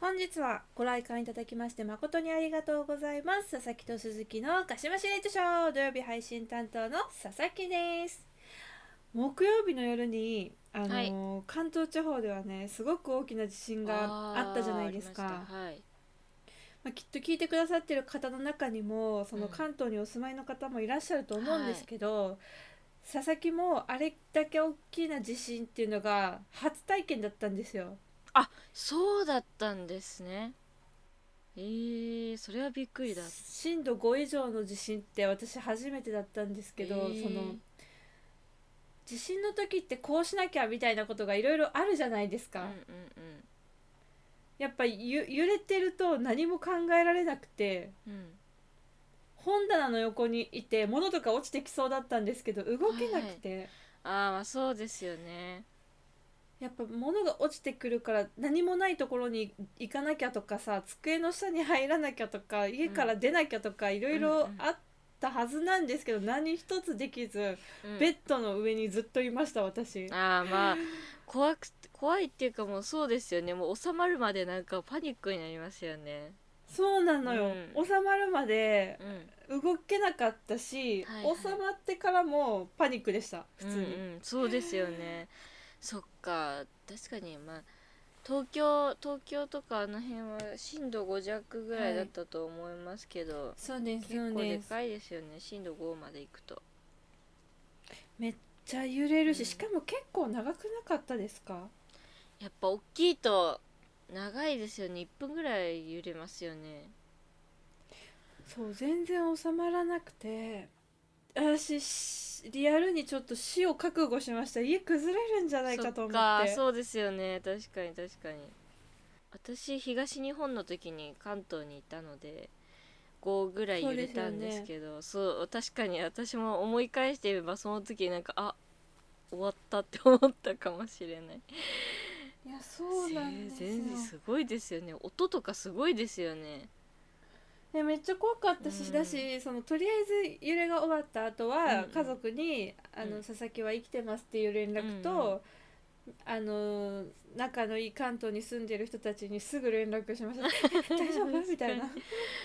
本日はご来館いただきまして誠にありがとうございます佐々木と鈴木の鹿島シレイトショー土曜日配信担当の佐々木です木曜日の夜にあの、はい関東地方ではねすごく大きな地震があったじゃないですかあまーありましたはい。あ、きっと聞いてくださってる方の中にもそのうん関東にお住まいの方もいらっしゃると思うんですけど、佐々木もあれだけ大きな地震っていうのが初体験だったんですよそうだったんですね。えー、それはびっくりだ。震度5以上の地震って私初めてだったんですけど、えーその地震の時ってこうしなきゃみたいなことがいろいろあるじゃないですうか、んうんうんやっぱゆ揺れてると何も考えられなくてうん。本棚の横にいて物とか落ちてきそうだったんですけど動けなくて、あーまあそうですよね。やっぱ物が落ちてくるから何もないところに行かなきゃとかさ机の下に入らなきゃとか家から出なきゃとかいろいろあったはずなんですけど何一つできず。うん、ベッドの上にずっといました私ああまあ怖く怖いっていうかもうそうですよね。もう収まるまでなんかパニックになりますよね。そうなのよ、うん収まるまでうん。動けなかったし、はいはい収まってからもパニックでした普通に、うんうん、そうですよねそっか確かにまあ東京東京とかあの辺は震度5弱ぐらいだったと思いますけど、そうですそ結う構でですめっかいですよね震度5まで行くとちゃ揺れるし、うんしかも結構長くなかったですかやっぱ大きいと長いですよね1分ぐらい揺れますよねそう全然収まらなくて私しリアルにちょっと死を覚悟しました家崩れるんじゃないかと思っそてかそうですよね確かに確かに私東日本の時に関東にいたので5ぐらい揺れたんですけどそう,、確かに私も思い返してみればその時なんかあ終わったって思ったかもしれないいやそうなんですよ全然すごいですよね音とかすごいですよねね、めっちゃ怖かったし、うんだしそのとりあえず揺れが終わった後はうん家族に、あうのん佐々木は生きてますっていう連絡うんうと、あの仲のいい関東に住んでる人たちにすぐ連絡しました え大丈夫みたいな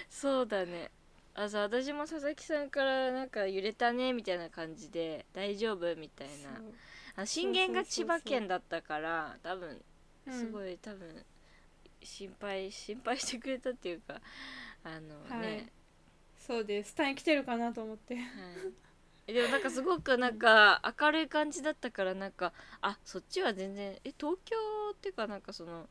そうだねあそう私も佐々木さんからなんか揺れたねみたいな感じで大丈夫みたいなあ震源が千葉県だったから多分そうすごい多分心配心配してくれたっていうかあのはいね、そうですタイ来てるかなと思ってはいでもなんかすごくなんか明るい感じだったからなんかあそっちは全然え東京っていうかなんかその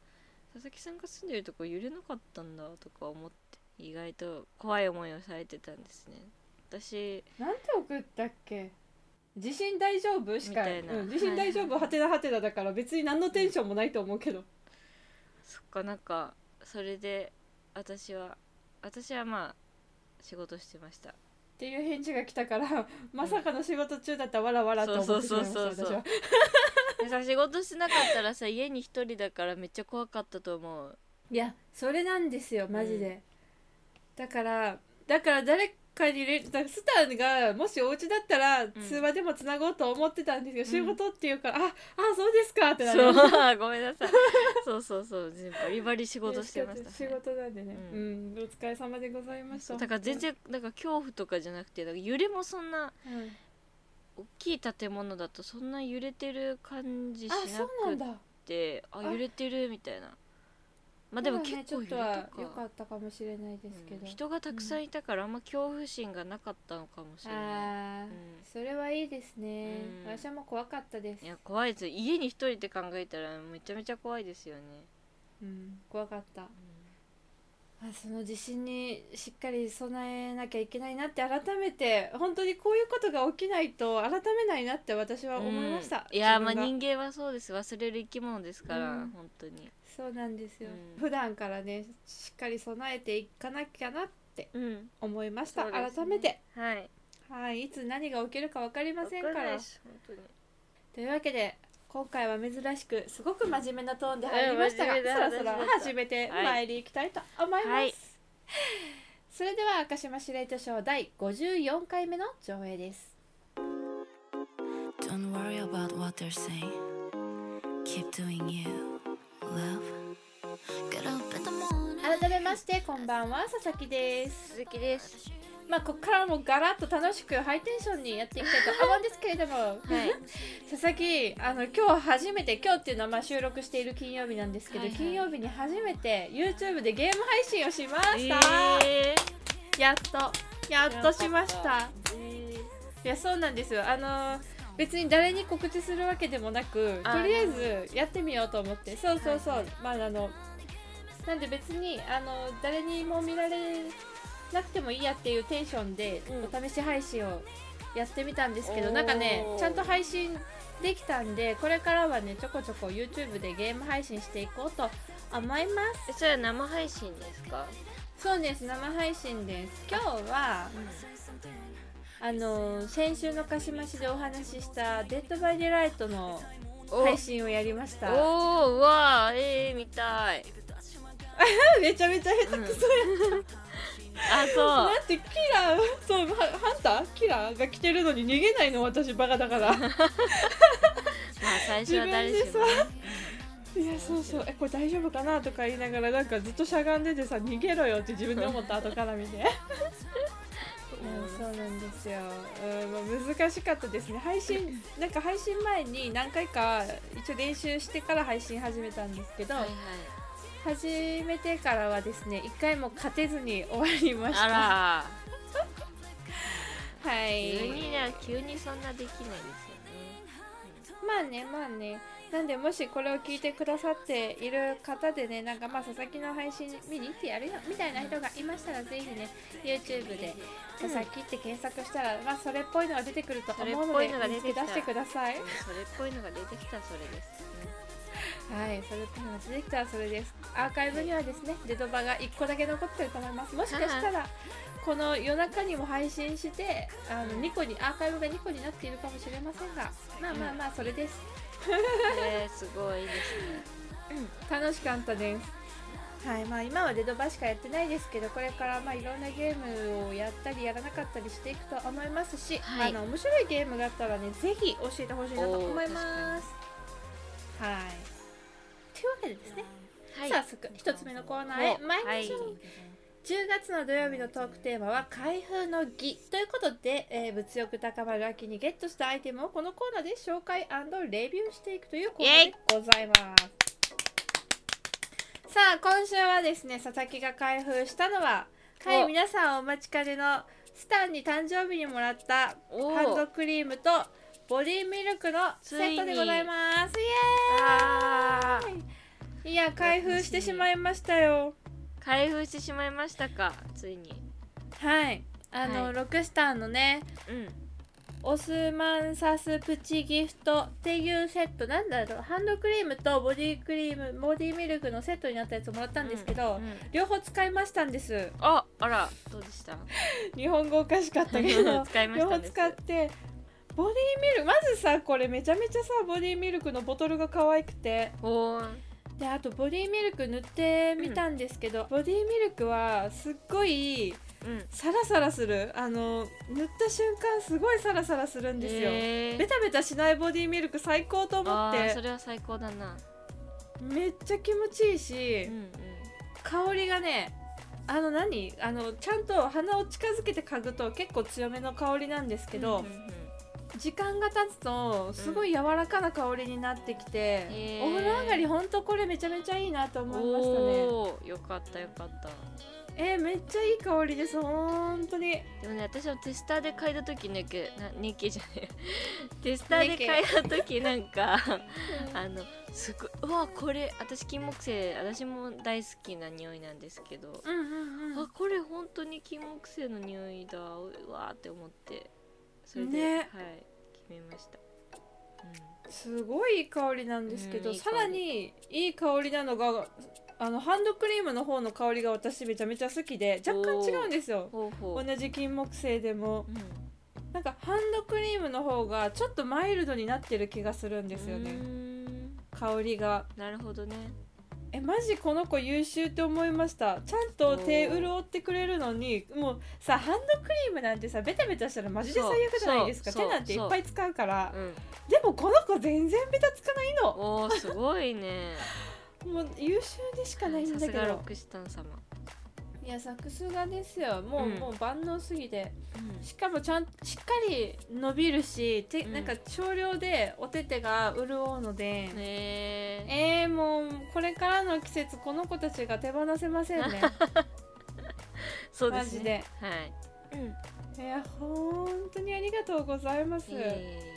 佐々木さんが住んでるとこ揺れなかったんだとか思って意外と怖い思いをされてたんですね私なんて送ったっけ地震大丈夫しかみたいなうん、地震大丈夫はいはてなはてなだから別に何のテンションもないと思うけどそっかなんかそれで私は私はまあ仕事してましたっていう返事が来たからまさかの仕事中だったわらわらと思ってしまいましたそうそうそう私そうはでさ仕事しなかったらさ家に一人だからめっちゃ怖かったと思ういやそれなんですよマジで、だからだから誰かにれだからスターがもしお家だったら通話でもつなごうと思ってたんですけど、うん仕事っていうから、ああそうですかってなりそまうしたごめんなさいそうそうそう全部バリバリ仕事してました、仕事なんでね、ううんお疲れ様でございましたそうだから全、然なんか恐怖とかじゃなくてなんか揺れもそんうなん大きい建物だとそんな揺れてる感じしあなそうなんくだてああ揺れてるみたいなまあでも結構揺れちょたっとはか,、良かったかもしれないですけど、うん人がたくさんいたからあんま恐怖心がなかったのかもしれない、ああ、うんそれはいいですね、うん私はもう怖かったですいや怖いです家に一人って考えたらめちゃめちゃ怖いですよね、うん、怖かったあその地震にしっかり備えなきゃいけないなって改めて本当にこういうことが起きないと改めないなって私は思いました、うんいやま自あ分が人間はそうです忘れる生き物ですから、うん本当にそうなんですよ、うん普段からねしっかり備えていかなきゃなってうん思いました、改めてはいはいいつ何が起きるか分かりませんから本当にというわけで今回は珍しくすごく真面目なトーンで入りましたが、うん真面目そろそな話だろった始めてまいりたいと思います、はいそれでは赤島司令図書第54回目の上映です Don't worry about what they're saying. Keep doing you, love. Get up in the morning. 改めましてこんばんは佐々木です鈴木ですまあここからもガラッと楽しくハイテンションにやっていきたいと思うんですけれども はい佐々木あの今日初めて今日っていうのはまあ収録している金曜日なんですけど、はいはい金曜日に初めて YouTube でゲーム配信をしました、えやっとやっとしましやたーいやそうなんですよあの別に誰に告知するわけでもなくあーとりあえずやってみようと思ってそうそうそう、はいはまああのなんで別にあの誰にも見られなくてもいいやっていうテンションでうお試し配信をやってみたんですけど、おーなんかねちゃんと配信できたんでこれからはねちょこちょこ YouTube でゲーム配信していこうと思いますえそれは生配信ですかそうです生配信です今日はあの先週の鹿島市でお話しした「デッド・バイ・デ・ライト」のお配信をやりましたおーうわーえー、見たいめちゃめちゃ下手くそや、あそう だってキラーそうハハンターキラーが来てるのに逃げないの私バカだから いまあ最初は誰しも、ね、やそうそうえこれ大丈夫かなとか言いながらなんかずっとしゃがんでてさ逃げろよって自分で思った後から見てうんそうなんですよ、うんまあ、難しかったですね配信なんか配信前に何回か一応練習してから配信始めたんですけど、はいはい始めてからはですね一回も勝てずに終わりましたはあらい急にね急にそんなできないですよねまあねまあねなんでもしこれを聞いてくださっている方でねなんかまあ佐々木の配信見に行ってやるよみたいな人がいましたらぜひね YouTube で佐々木って検索したら、まあそれっぽいのが出てくるとそれっ思うのぽでいのが出見つてけき出たしてくださいうんそれっぽいのが出てきたらそれです、ねはいそれっぽいのが出てきたらそれですアーカイブにはですねデドバが1個だけ残ってると思いますもしかしたらこの夜中にも配信してあの2個にアーカイブが2個になっているかもしれませんがまあまあまあそれですえー、すごいですね楽しかったですはいまあ今はデドバしかやってないですけどこれからまあいろんなゲームをやったりやらなかったりしていくと思いますし、はいあの面白いゲームがあったらねぜひ教えてほしいなとおー思いますはいというわけでですね、はい早速一つ目のコーナーへ参りましょう、はい10月の土曜日のトークテーマは開封の儀ということで、えー物欲高まる秋にゲットしたアイテムをこのコーナーで紹介レビューしていくというコーナーでございますさあ今週はですね佐々木が開封したのははいお皆さんお待ちかねのスタンに誕生日にもらったおハンドクリームとボディミルクのセットでございますあーイエーイいや開封してしまいましたよ開封してしまいましたかついにはいあの、はいロクスターのねうんオスマンサスプチギフトっていうセットなんだろうハンドクリームとボディクリームボディミルクのセットになったやつもらったんですけど、うんうん両方使いましたんですああらどうでした 日本語おかしかったけど使いま し両た方んです使ってボディミルクまずさこれめちゃめちゃさボディミルクのボトルが可愛くておーであとボディミルク塗ってみたんですけど、ボディミルクはすっごいうんサラサラするあの塗った瞬間すごいサラサラするんですよ、えーベタベタしないボディミルク最高と思っあーてそれは最高だなめっちゃ気持ちいいし、うんうん香りがねあの何あのちゃんと鼻を近づけて嗅ぐと結構強めの香りなんですけど、うんうんうん時間が経つとすごい柔らかな香りになってきて、へーお風呂上がりほんとこれめちゃめちゃいいなと思いましたねおーよかったよかったえーめっちゃいい香りですほんとにでもね私もテスターで嗅いだ時ねけなネケじゃねえ テスターで嗅いだ時なんかあのすごいうわこれ私金木犀私も大好きな匂いなんですけどうんうんあこれ本当に金木犀の匂いだうわーって思ってそれで、ねはい決めました、うすごいいい香りなんですけど、うんいいさ香りらにいい香りなのがあのハンドクリームの方の香りが私めちゃめちゃ好きで若干違うんですよん、ほうほ同う、じ金木犀でもうん、なんかハンドクリームの方がちょっとマイルドになってる気がするんですようーねん香りがなるほどねえマジこの子優秀って思いましたちゃんと手おー潤ってくれるのにもうさハンドクリームなんてさベタベタしたらマジで最悪じゃないですかそうそ手うなんていっぱい使うからうんでもこの子全然ベタつかないのおーすごいねもう優秀でしかないんださけすがロどクシタン様いや作数がですよもう、うんもう万能すぎてしかもちゃんしっかり伸びるし手、うんなんか少量でお手手が潤うので、ねええー、もうこれからの季節この子たちが手放せません ね、そうでマすジねではいいや本当にありがとうございます、いえいえい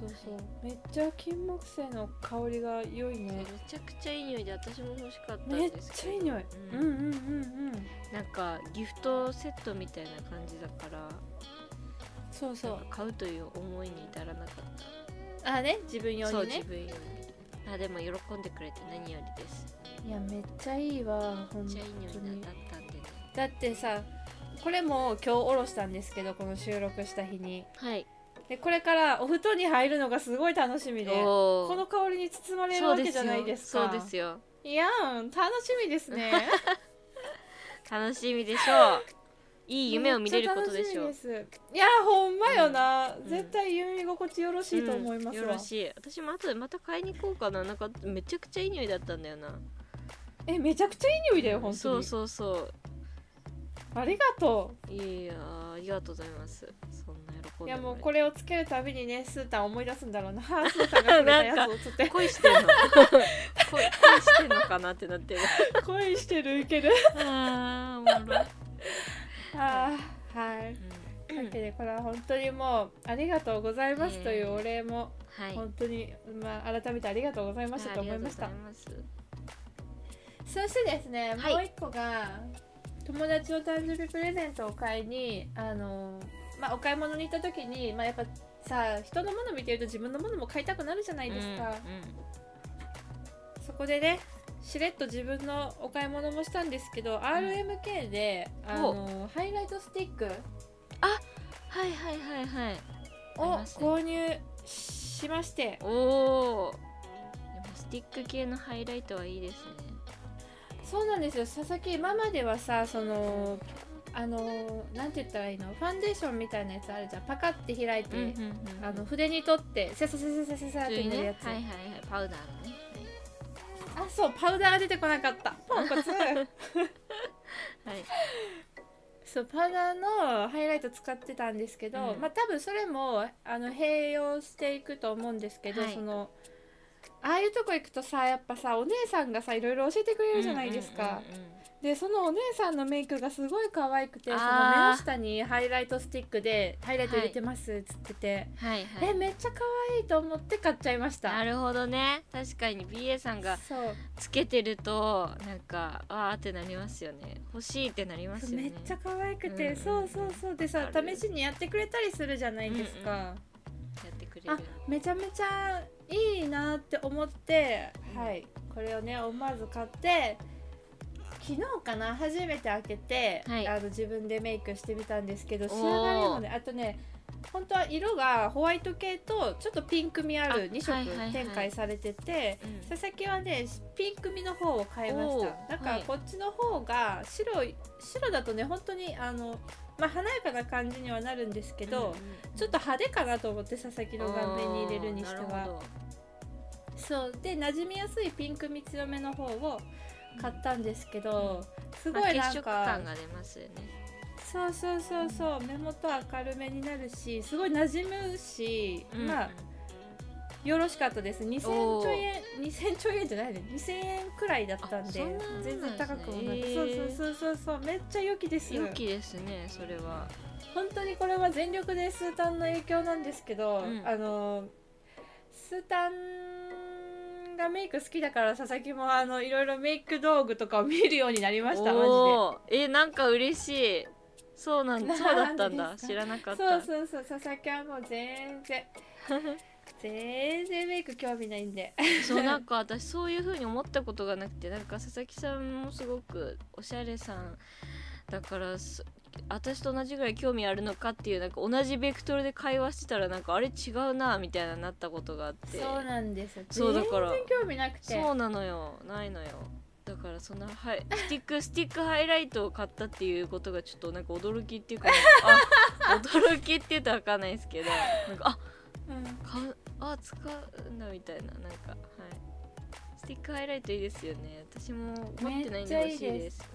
そうそうそうめっちゃ金木犀の香りが良いえねめちゃくちゃいい匂いで私も欲しかったんめっですちゃけどいい匂い、ううんん、うんうんうんなんかギフトセットみたいな感じだからそうそうなんか買うという思いに至らなかったあね自分用そうにね自分用にあでも喜んでくれて何よりですいやめっちゃいいわ本め当っちゃいい匂いにだだったんでねだってさこれも今日おろしたんですけどこの収録した日にはいでこれからお布団に入るのがすごい楽しみでこおーの香りに包まれるそうわでけすじよゃないですかそうですよいやん楽しみですね楽しみでしょう いい夢を見れることでしょめうっちゃ楽みですいやほんまよな、うん絶対夢心地よろしいと思いますうんよわ、ろしい私も後でまた買いに行こうかななんかめちゃくちゃいい匂いだったんだよなえめちゃくちゃいい匂いだよ本当にそうそうそありがとういやいやありがとうございますそんなう喜んいでやもうもらえてこれをつけるたびにねスータン思い出すんだろうなあースータンがくれたやつをつって恋してんの恋恋してんのかなってなってる恋してるいけるあーおもろいあーはいというわけでこれは本当にもうありがとうございますというお礼もはい本当に、まあ、改めてありがとうございましたと思いましたありがとうございますそしてですね、はいもう一個が友達の誕生日プレゼントを買いにあの、まあ、お買い物に行った時に、まあ、やっぱさ人のもの見てると自分のものも買いたくなるじゃないですか、そこでねしれっと自分のお買い物もしたんですけど、RMK であのハイライトスティックはいはいはいはをいありますね購入しましておおスティック系のハイライトはいいですねそうなんですよ佐々木今まではさそのあのなんて言ったらいいのファンデーションみたいなやつあるじゃんパカって開いて、あの筆に取ってセサセサセサセサっ普て通に塗るやねつ、はいはいはいパウダーのねあそうパウダーが出てこなか ったポンコツはい、はいそうパウダーのハイライト使ってたんですけど、うんまあ多分それもあの併用していくと思うんですけど、はいそのああいうとこ行くとさやっぱさお姉さんがさいろいろ教えてくれるじゃないですか、うんうんうんうんでそのお姉さんのメイクがすごい可愛くてそのあー目の下にハイライトスティックでハイライト入れてますっつってて、はいえはいめっちゃ可愛いと思って買っちゃいましたなるほどね確かに BA さんがそうつけてるとなんかあーってなりますよね欲しいってなりますよねめっちゃ可愛くて、うんそうそうそうでさある試しにやってくれたりするじゃないですか、やってくれるめちゃめちゃいいなって思って、うんはいこれをね思わず買って昨日かな初めて開けて、はいあの自分でメイクしてみたんですけどおー仕上がりもねあとね本当は色がホワイト系とちょっとピンク味あるあ2はいはいはい色展開されてて、うん佐々木はねピンク味の方を買いまおしーたなんはいかこっちの方が白い白だとね本当にあのまあ華やかな感じにはなるんですけど、うんうんちょっと派手かなと思って佐々木の顔面に入れるにしてあーなるはほそうで馴染みやすいピンク味強めの方をど買ったんですけど、すまごあいな血ん色か感が出ますよねそうそうそうそう目元明るめになるしすごい馴染むし、うんまあよろしかったです2000ちおーょい円2000ちょい円じゃないね2000円くらいだったんあでそんなもんなんです全ね然高くもなへくーそうそうそうそうそうめっちゃ良きです良きですねそれは本当にこれは全力でスータンの影響なんですけど、うんあのスータンがメイク好きだから佐々木もあのいろいろメイク道具とかを見るようになりましたマジで。おーえなんか嬉しいそうな んなんでそうだったんでだすか知らなかったそうそうそう佐々木はもう全然全然メイク興味ないんで そうなんか私そういう風に思ったことがなくてなんか佐々木さんもすごくおしゃれさんだからす私と同じぐらい興味あるのかっていうなんか同じベクトルで会話してたらなんかあれ違うなみたいななったことがあってそうなんですよそうだから 全然興味なくてそうなのよないのよだからそんなはいスティックスティックハイライトを買ったっていうことがちょっとなんか驚きっていうか あ驚きって言うとわかんないですけどなんかあうん買うあ使うんだみたいななんかはいスティックハイライトいいですよね私も持ってないんでめっちゃ欲いしいいですです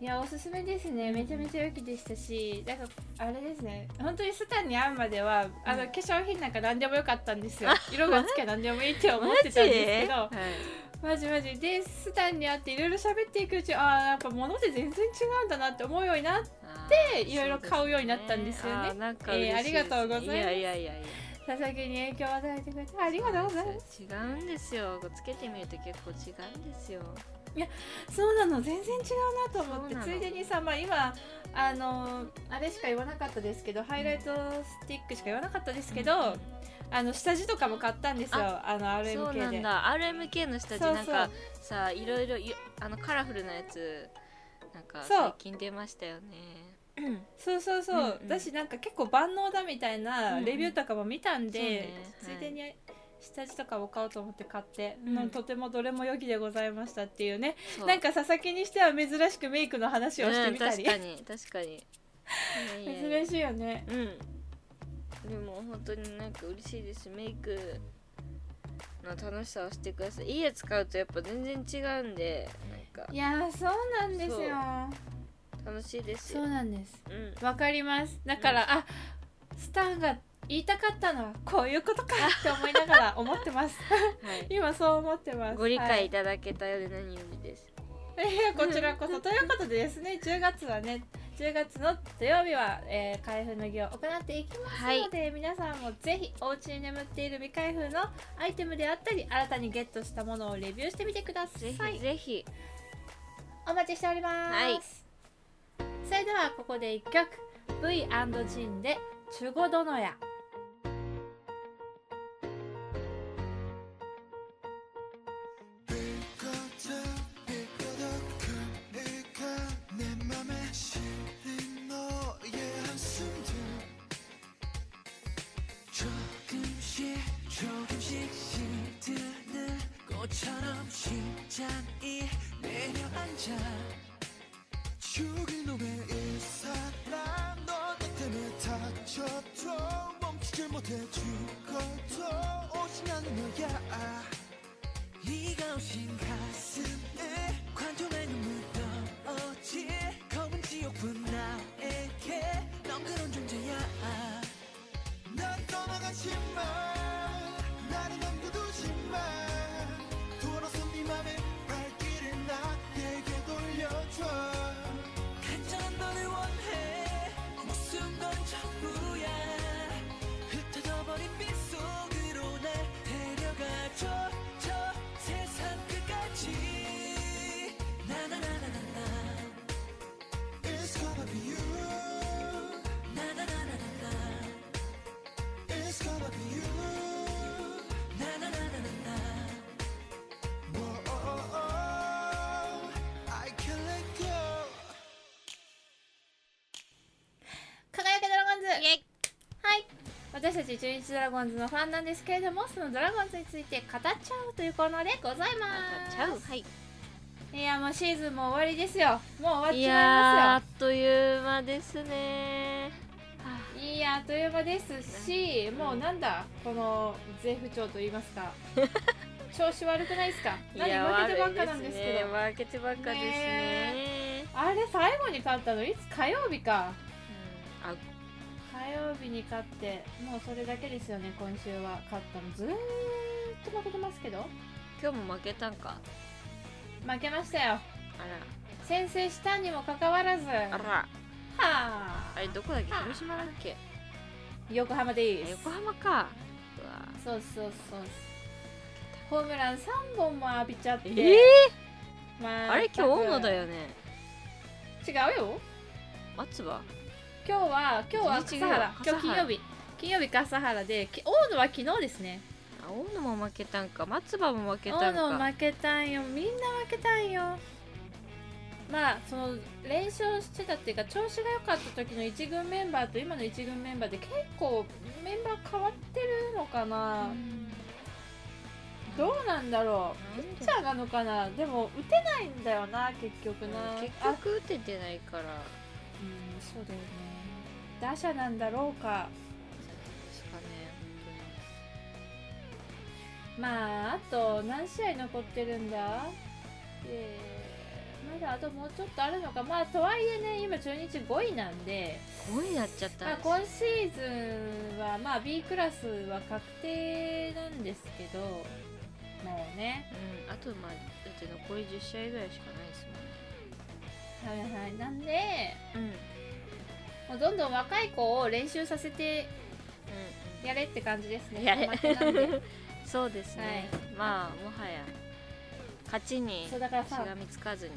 いやおすすめですねめちゃめちゃ良きでしたしなんかあれですね本当にスタンに会うまではあのうん化粧品なんか何でもよかったんですよ色がつけ何でもいいって思ってたんですけどマジはいマジマジでスタンに会っていろいろ喋っていくうちああやっぱ物で全然違うんだなって思うようになってでいろいろ買うようになったんですよねなんかえー嬉しいあですりがとうございますいやいやいやいや。佐々木に影響を与えてくれてありがとうございますす。違うんですよ。つけてみると結構違うんですよ。そうなの全然違うなと思っそうてなのついでにさまあ今あのあれしか言わなかったですけどハイライトスティックしか言わなかったですけど、うんあの下地とかも買ったんですよあのそう RMK なんで。だ。RMK の下地そうなんそうかさ、いろいろゆあのカラフルなやつなんかそう最近出ましたよね。そうそうそう、うんうんだしなんか結構万能だみたいうんなうんレビューとかも見たんそうでね、ついでに下地とかを買おうと思って買って、うんうんとてもどれも良きでございましたっていうねそうなんか佐々木にしては珍しくメイクの話をしてみたり、うん、確かに確かに。いやいやいや 珍しいよねうん。でも本当になんか嬉しいです。メイクの楽しさをしてください。いいやつ買うとやっぱ全然違うんで、なんかいやーそうなんですよ楽しいですそうよ。なんですうん。わかりますだから、あスタンが言いたかったのはこういうことかって思いながら思ってます はい。今そう思ってますご理は解いいただけたようで何よりです。いや こちらこ そということでですね10月はね10月の土曜日は、えー開封の儀を行っていきますはいので、皆さんもぜひお家に眠っている未開封のアイテムであったり新たにゲットしたものをレビューしてみてくださぜいひぜひ。お待ちしております、はいそれではここで1曲 V&G で「中古殿や」 꺼져 비벼도 그니까 내 맘에 실린 너의 한숨들 조금씩 조금씩 시드는 꽃처럼 심장이 내려앉아 죽은 놈의 이 사람 너내 때문에 다쳐도 멈추질 못해 죽어도 오직 나는 너야 네가 오신 가슴에 관통의 눈물 떨어질 검은 지옥은 나에게 넌 그런 존재야 난 떠나가지마 나를 남겨두지마 돌아서 네 맘의 발길을 나에게 돌려줘 간절한 너를 원해 목숨 건 전부야 흩어져버린 빛 속으로 날 데려가줘 저 세상 끝까지 나나나나나나 It's gonna be you 나나나나나나 It's gonna be you. Na na na na na na. Whoa, oh, I can't let go. 輝けドラゴンズイエイはい私たち中日ドラゴンズのファンなんですけれどもそのドラゴンズについて語っちゃうというコーナーでございますちゃうはい。いやもうシーズンも終わりですよもう終わっいちやーあゃっという間ですね。はまいすよいやあっという間ですしもうなんだこの税不調と言います か調子悪くないですかい何や負けてばっかなんですけど悪いですね負けてばっかですね。あれ最後に勝ったのいつ火曜日かうんあ火曜日に勝ってもうそれだけですよね今週は勝ったのずーっと負けてますけど今日も負けたんか。負けましたよあ先制したにもかかわらずら。あはら。ああれどこだっけ広島だっけ横浜であす横浜か。うわそうそうそうホームラン3本も浴びちゃって、えまあれ今日大野だよよね。違うよ松葉今日は今日は日にち笠原が今日笠金原曜日金曜日笠原でき大野は昨日ですねあ大野も負けたんか松葉も負けた大んか野負けたんよみんな負けたんよまあその連勝してたっていうか調子が良かった時の1軍メンバーと今の1軍メンバーで結構メンバー変わってるのかうな、んどうなんだろうなんピでッチャーなのかなでも打てないんだよな結局な、結あうん局打ててないからそうだよね打者なんだろうかですかねまああと何試合残ってるんだえーまだあともうちょっとあるのかまあとはいえね今中日5位なんで、 5位になっちゃったんまあ、です今シーズンはまあ B クラスは確定なんですけどもうねうん、あとまあだって残り10試合ぐらいしかないですもはいはいなんでんねもうどんどん若い子を練習させてうんうんやれって感じですねやれおまけなん でそうですね、はいまあもはや勝ちにそうだからしさがみつかずに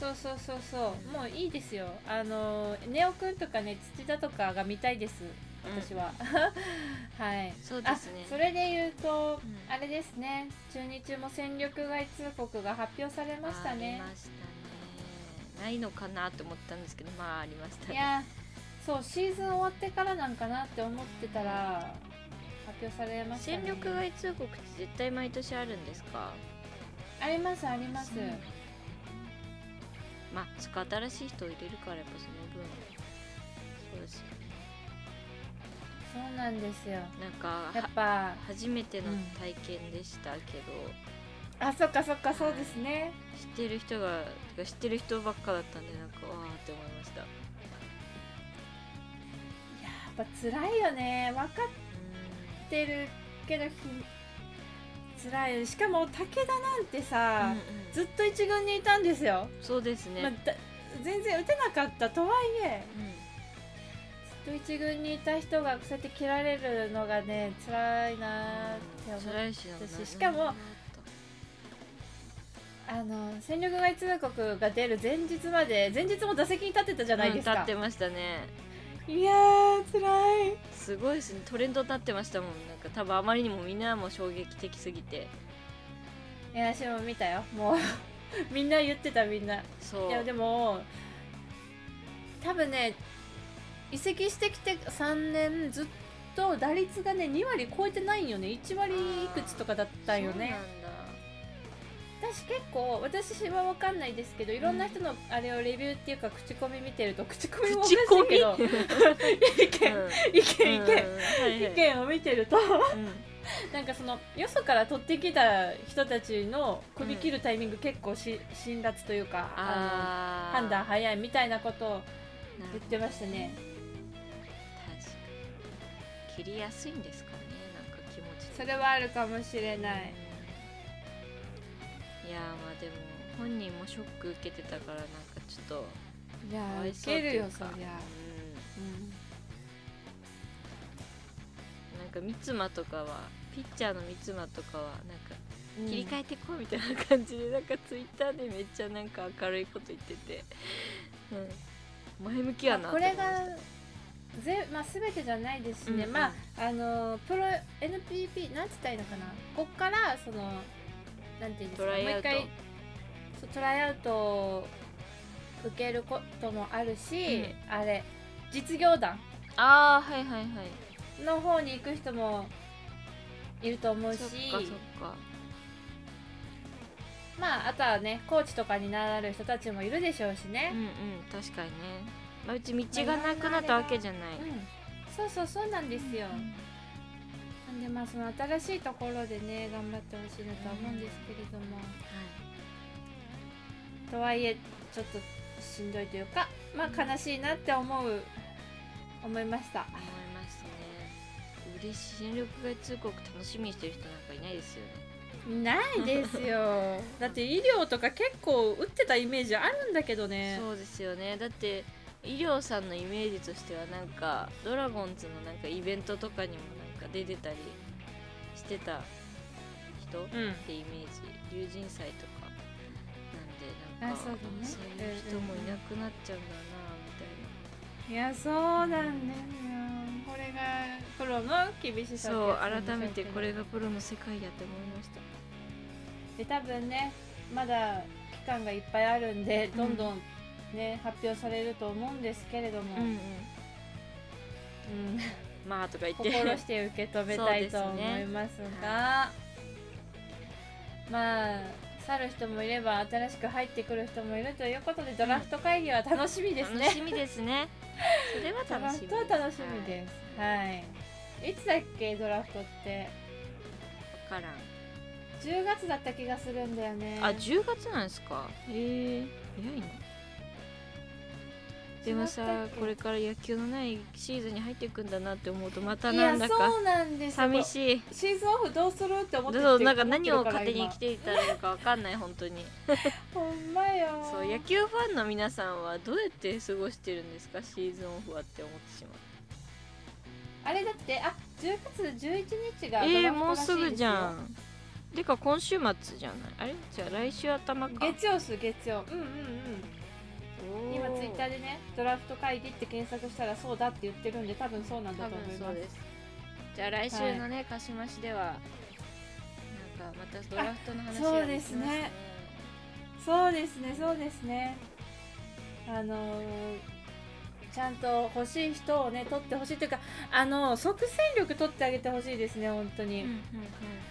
そうそうそうそうもういいですよあのネオくんとかね土田とかが見たいです私は、 はいそうですねあそれで言うと、うんあれですね中日も戦力外通告が発表されましたねありましたねないのかなと思ったんですけどまあありましたいねやそうシーズン終わってからなんかなって思ってたら発表されましたね戦力外通告って絶対毎年あるんですかありますありますそうなんだまあそっか新しい人を入れるからやっぱその分そうですよねそうなんですよなんかやっはぱ初めてのうん体験でしたけど、あそっかそっかそうですね知ってる人がてか知ってる人ばっかだったんでなんかわーって思いましたういややっぱ辛いよね分かってるけどひ辛いしかも武田なんてーんさ、うんうんずっと一軍にいたんですよ、そうですね、まあだ全然打てなかったとはいえずうっと一軍にいた人がそうやって切られるのがね辛いなーって思ん、う辛いしなん私しかもなんだろあの戦力外通告が出る前日まで前日も打席に立ってたじゃうななういんです立かっ、てましたねいやー辛いすごいですねトレンドになってましたもんなんか多分あまりにもみんなも衝撃的すぎていや私も見たよもう みんな言ってたみんなそういやでも多分ね移籍してきて3年ずっと打率がね2割超えてないんよね1割いくつとかだったんよね私結構私は分かんないですけどいろんな人のあれをレビューっていうか口コミ見てると口コミもおかしい けど口コミ意そう見なんだ、意うん、見意見見意見を見てるとうんなんかそのよそから取ってきた人たちの首切るタイミング結構し辛辣というかああの判ー断早いみたいなことをなる言っほてましたねど確かに切りやすいんですかねなんか気持ち的にそれはあるかもしれないいやーまあでも本人もショック受けてたからなんかちょっといやかわーいいそうけってるいようそかりゃ、うんなんか三つ間とかはピッチャーの三つ間とかはなんかうん切り替えてこうみたいな感じで、なんかツイッターでめっちゃなんか明るいこと言ってて、うん、前向きやなこれと思いまがしたぜ、まあ、全てじゃないですしね、うんうんまああのプロ NPP なんつったらいいのかなこっからそのなんていうんですかトライアウトもう一回そうトライアウトを受けることもあるし、あれ実業団ああはいはいはいの方に行く人もいると思うしそっかそっかまああとはねコーチとかになる人たちもいるでしょうしうんね、うん確かにね、まあ、うち道がなくなったわけじゃない、うんそうそうそうなんですよ、なんでまあその新しいところでね頑張ってほしいなとは思うんですけれども、とはいえちょっとしんどいというかまあ悲しいなって思う思いました思いますね嬉しい戦力外通告楽しみにしてる人なんかいないですよねないですよ だって医療とか結構打ってたイメージあるんだけどねそうですよねだって医療さんのイメージとしてはなんかドラゴンズのなんかイベントとかにもなんか出てたりしてた人っうんうんてイメージ竜神祭とかなんでなんかあそうだねそういう人もいなくなっちゃうんだなみたいな。いやそうなんですよこれがプロの厳しさってそうやつなんでしょ改めてけどこれがプロの世界やって思いましたで多分ねまだ期間がいっぱいあるんでどんどんね、発表されると思うんですけれども、うんうんうんまあとか言って心して受け止めたい と思いますそうですねがまあ去る人もいれば新しく入ってくる人もいるということでドラフト会議は楽しみです楽ね。しみですねそれはドラ楽フしみトは楽しみです。はい。いつだっけドラフトって分からん10月だった気がするんだよねあ10月なんですかへえ早いなでも違ったさっけこれから野球のないシーズンに入っていくんだなって思うとまたいなやんだかそうなんですよ寂しいシーズンオフどうするって思ってそうなんか何を勝手に思っ来てていたらいいのかわかんない本当にるから今ほんまよそう野球ファンの皆さんはどうやって過ごしてるんですかシーズンオフはって思ってしまうあれだってあ10月11日がえドー、ラフトもらうしいですよぐじゃんてか今週末じゃないあれじゃあ来週頭か月曜っす月曜うんうんうん今ツイッターででねドラフト会議って検索したらそうだって言ってるんで多分そうなんだ多と分思いそまうすですじゃあ来週のね、鹿島市ではなんかまたドラフトの話がそうできでますすねねそうですねそうですねあのーちゃんと欲しい人をね取ってほしいというかあの即戦力取ってあげてほしいですね本当に、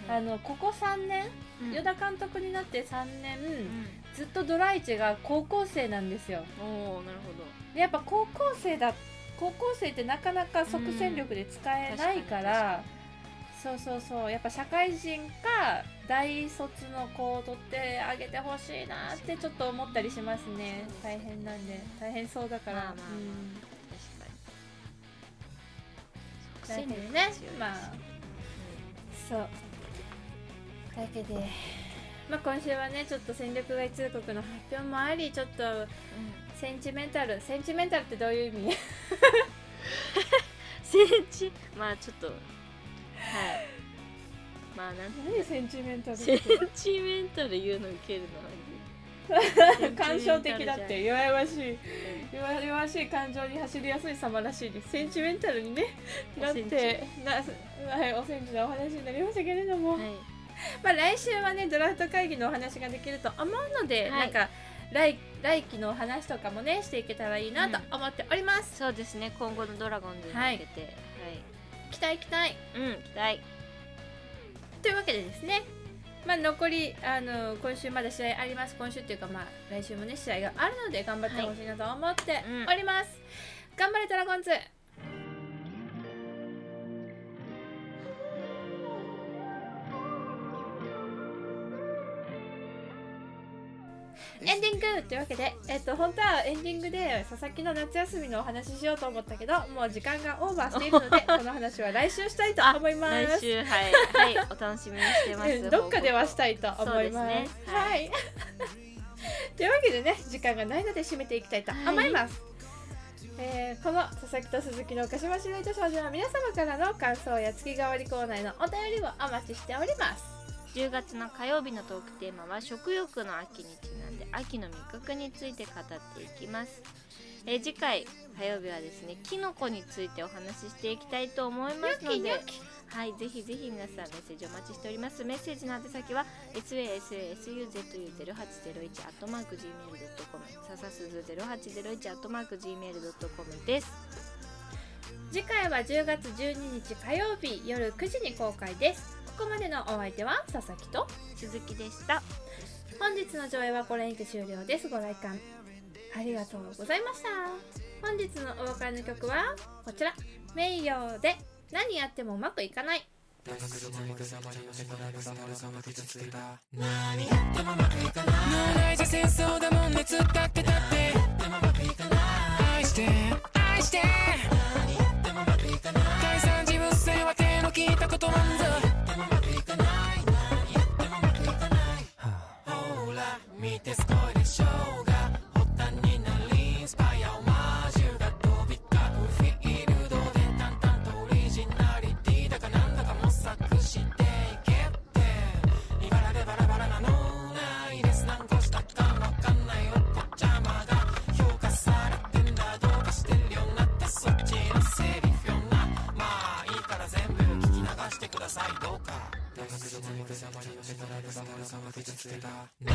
あのここ3年うん与田監督になって3年、うんずっとドライチが高校生なんですよおおなるほどでやっぱ高校生だ高校生ってなかなか即戦力で使えないから、そうそうそうやっぱ社会人か大卒の子を取ってあげてほしいなってちょっと思ったりしますねそうで大すね変なんで大変そうだから、まあまあまあうんだけどね確かに即戦力強いですよまあそうだけでまあ今週はねちょっと戦力外通告の発表もありちょっとうんうんセンチメンタルセンチメンタルってどういう意味センチまあちょっとはいまあなん何センチメンタ ル センチメンタル言うのウケるな感傷的だって弱々しいん弱々しい感情に走りやすい様らしいですセンチメンタルにねおなっセンてチなはいおセンチのお話になりましたけれども、はいまあ来週はねドラフト会議のお話ができると思うので、はいなんか来来期のお話とかもねしていけたらいいなと思っております、そうですね今後のドラゴンズに向けて期待期待はい、うん期待というわけでですねまあ残りあの今週まだ試合あります今週っていうかまあ来週もね試合があるので頑張ってほしいなと思っております、頑張れドラゴンズエンディングというわけで、えっと、本当はエンディングで佐々木の夏休みのお話ししようと思ったけどもう時間がオーバーしているの でこの話は来週したいと思います。来週はい、はい、お楽しみにして まうんすどっかではしたいと思いそうます。ですねはいというわけでね時間がないので締めていきたいと思います。えーこの佐々木と鈴木の岡島市内図書では皆様からの感想や月替わりコーナーへのお便りをお待ちしております。 10月の火曜日のトークテーマは食欲の秋にちなんで秋の味覚について語っていきますえー次回火曜日はですねキノコについてお話ししていきたいと思いますのでニョキニョキはいぜひぜひ皆さんメッセージお待ちしておりますメッセージの宛先は sassu0801-gmail.com ささすず 0801-gmail.com です次回は10月12日火曜日夜9時に公開です。ここまでのお相手は佐々木と鈴木でした本日の上映はこれにて終了です。ご来館ありがとうございました。本日のお別れの曲はこちら、名誉で何やってもうまくいかない。何やってもうまくいかない無内じゃ戦争だもんね突っ立ってたって何やってもうまくいかない愛して愛して何やってもうまくいかない解散自分するわけの聞いたこともんぞ何やってもうまくいかない何やってもうまくいかないほら見てすごいでしょうが発端になりインスパイアオマージュが飛び交うフィールドで淡々とオリジナリティだかなんだか模索していけってバラでバラバラなのないです何個したかわかんないおっこちゃまが評価されてんだどうかしてるよなってそっちのセリフよなまあいいから全部聞き流してくださいどうか長くじゃないくじゃまりのしがらるさまるさまでちつけた